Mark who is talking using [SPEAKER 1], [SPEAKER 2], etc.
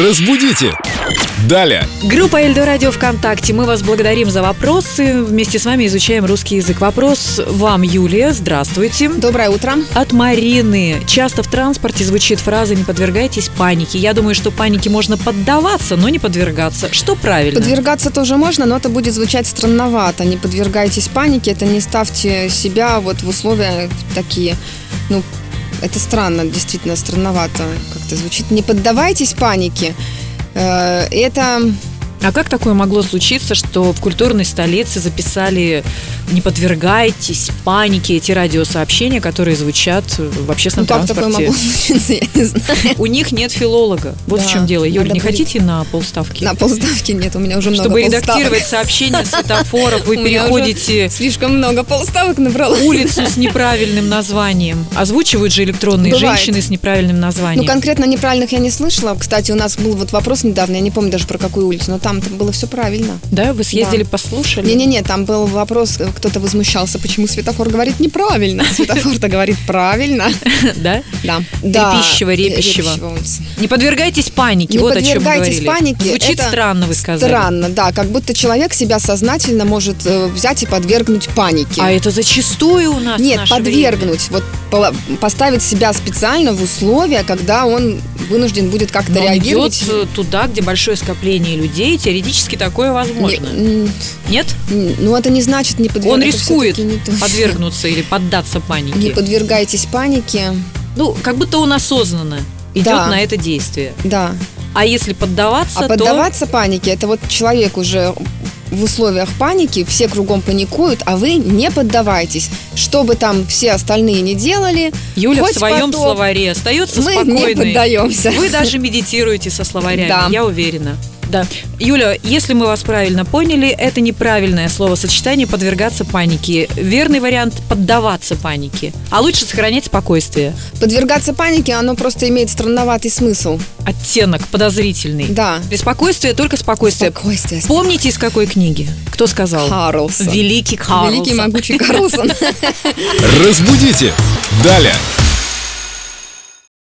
[SPEAKER 1] Разбудите! Далее!
[SPEAKER 2] Группа Эльдо Радио ВКонтакте. Мы вас благодарим за вопросы. Вместе с вами изучаем русский язык. Вопрос вам, Юлия. Здравствуйте.
[SPEAKER 3] Доброе утро.
[SPEAKER 2] От Марины. Часто в транспорте звучит фраза «не подвергайтесь панике». Я думаю, что панике можно поддаваться, но не подвергаться. Что правильно?
[SPEAKER 3] Подвергаться тоже можно, но это будет звучать странновато. Не подвергайтесь панике, это не ставьте себя вот в условия такие, ну, это странно, действительно странновато как-то звучит. Не поддавайтесь панике. Э, Это
[SPEAKER 2] А как такое могло случиться, что в культурной столице записали «не подвергайтесь панике» эти радиосообщения, которые звучат в
[SPEAKER 3] ну,
[SPEAKER 2] общественном
[SPEAKER 3] как такое
[SPEAKER 2] транспорте?
[SPEAKER 3] могло случиться, я не знаю.
[SPEAKER 2] У них нет филолога. Вот
[SPEAKER 3] Да,
[SPEAKER 2] в чем дело. Юль,
[SPEAKER 3] надо
[SPEAKER 2] не
[SPEAKER 3] будет-
[SPEAKER 2] хотите на полставки?
[SPEAKER 3] На полставки нет, у меня уже много
[SPEAKER 2] Чтобы
[SPEAKER 3] полставок.
[SPEAKER 2] редактировать сообщения светофоров, вы
[SPEAKER 3] У меня
[SPEAKER 2] переходите
[SPEAKER 3] Слишком много полставок набрала.
[SPEAKER 2] улицу с неправильным названием. Озвучивают же электронные
[SPEAKER 3] Бывает.
[SPEAKER 2] женщины с неправильным названием.
[SPEAKER 3] Ну, конкретно неправильных я не слышала. Кстати, у нас был вот вопрос недавно, я не помню даже про какую улицу, но там там было все правильно.
[SPEAKER 2] Да, вы съездили,
[SPEAKER 3] Да.
[SPEAKER 2] послушали?
[SPEAKER 3] Не-не-не, там был вопрос, э, кто-то возмущался, почему светофор говорит неправильно. Светофор-то говорит правильно.
[SPEAKER 2] Да?
[SPEAKER 3] Да.
[SPEAKER 2] Трепещева,
[SPEAKER 3] э,
[SPEAKER 2] Репещева.
[SPEAKER 3] улица.
[SPEAKER 2] Не подвергайтесь панике,
[SPEAKER 3] Не
[SPEAKER 2] вот о чем
[SPEAKER 3] подвергайтесь
[SPEAKER 2] говорили.
[SPEAKER 3] панике,
[SPEAKER 2] Звучит
[SPEAKER 3] это
[SPEAKER 2] странно, вы сказали.
[SPEAKER 3] Странно, да, как будто человек себя сознательно может э, взять и подвергнуть панике.
[SPEAKER 2] А это зачастую у нас в
[SPEAKER 3] Нет,
[SPEAKER 2] наше
[SPEAKER 3] подвергнуть, вот пола- поставить себя специально в условия, когда он вынужден будет как-то
[SPEAKER 2] время. Но он
[SPEAKER 3] реагировать.
[SPEAKER 2] идет э, туда, где большое скопление людей, теоретически такое возможно.
[SPEAKER 3] Не- м,
[SPEAKER 2] Нет?
[SPEAKER 3] м, ну, это не значит не подвергать.
[SPEAKER 2] Он рискует Подвергнуться или поддаться панике.
[SPEAKER 3] Не подвергайтесь панике,
[SPEAKER 2] Ну, как будто он осознанно идет
[SPEAKER 3] Да.
[SPEAKER 2] на это действие.
[SPEAKER 3] да.
[SPEAKER 2] А если поддаваться,
[SPEAKER 3] А
[SPEAKER 2] то...
[SPEAKER 3] поддаваться панике, это вот человек уже в условиях паники, все кругом паникуют, а вы не поддавайтесь. Что бы там все остальные не делали,
[SPEAKER 2] Юля в
[SPEAKER 3] хоть
[SPEAKER 2] своем
[SPEAKER 3] потом.
[SPEAKER 2] словаре остается
[SPEAKER 3] мы не
[SPEAKER 2] спокойной.
[SPEAKER 3] поддаемся.
[SPEAKER 2] Вы даже медитируете со словарями,
[SPEAKER 3] Да.
[SPEAKER 2] я уверена. Да. Юля, если мы вас правильно поняли, это неправильное словосочетание подвергаться панике. Верный вариант поддаваться панике. А лучше сохранять спокойствие.
[SPEAKER 3] Подвергаться панике, оно просто имеет странноватый смысл.
[SPEAKER 2] Оттенок подозрительный.
[SPEAKER 3] Да.
[SPEAKER 2] Беспокойствие только спокойствие.
[SPEAKER 3] Спокойствие.
[SPEAKER 2] Помните, из какой книги? Кто сказал?
[SPEAKER 3] Карлсон.
[SPEAKER 2] Великий Карлсон.
[SPEAKER 3] Великий могучий Карлсон.
[SPEAKER 1] Разбудите! Далее!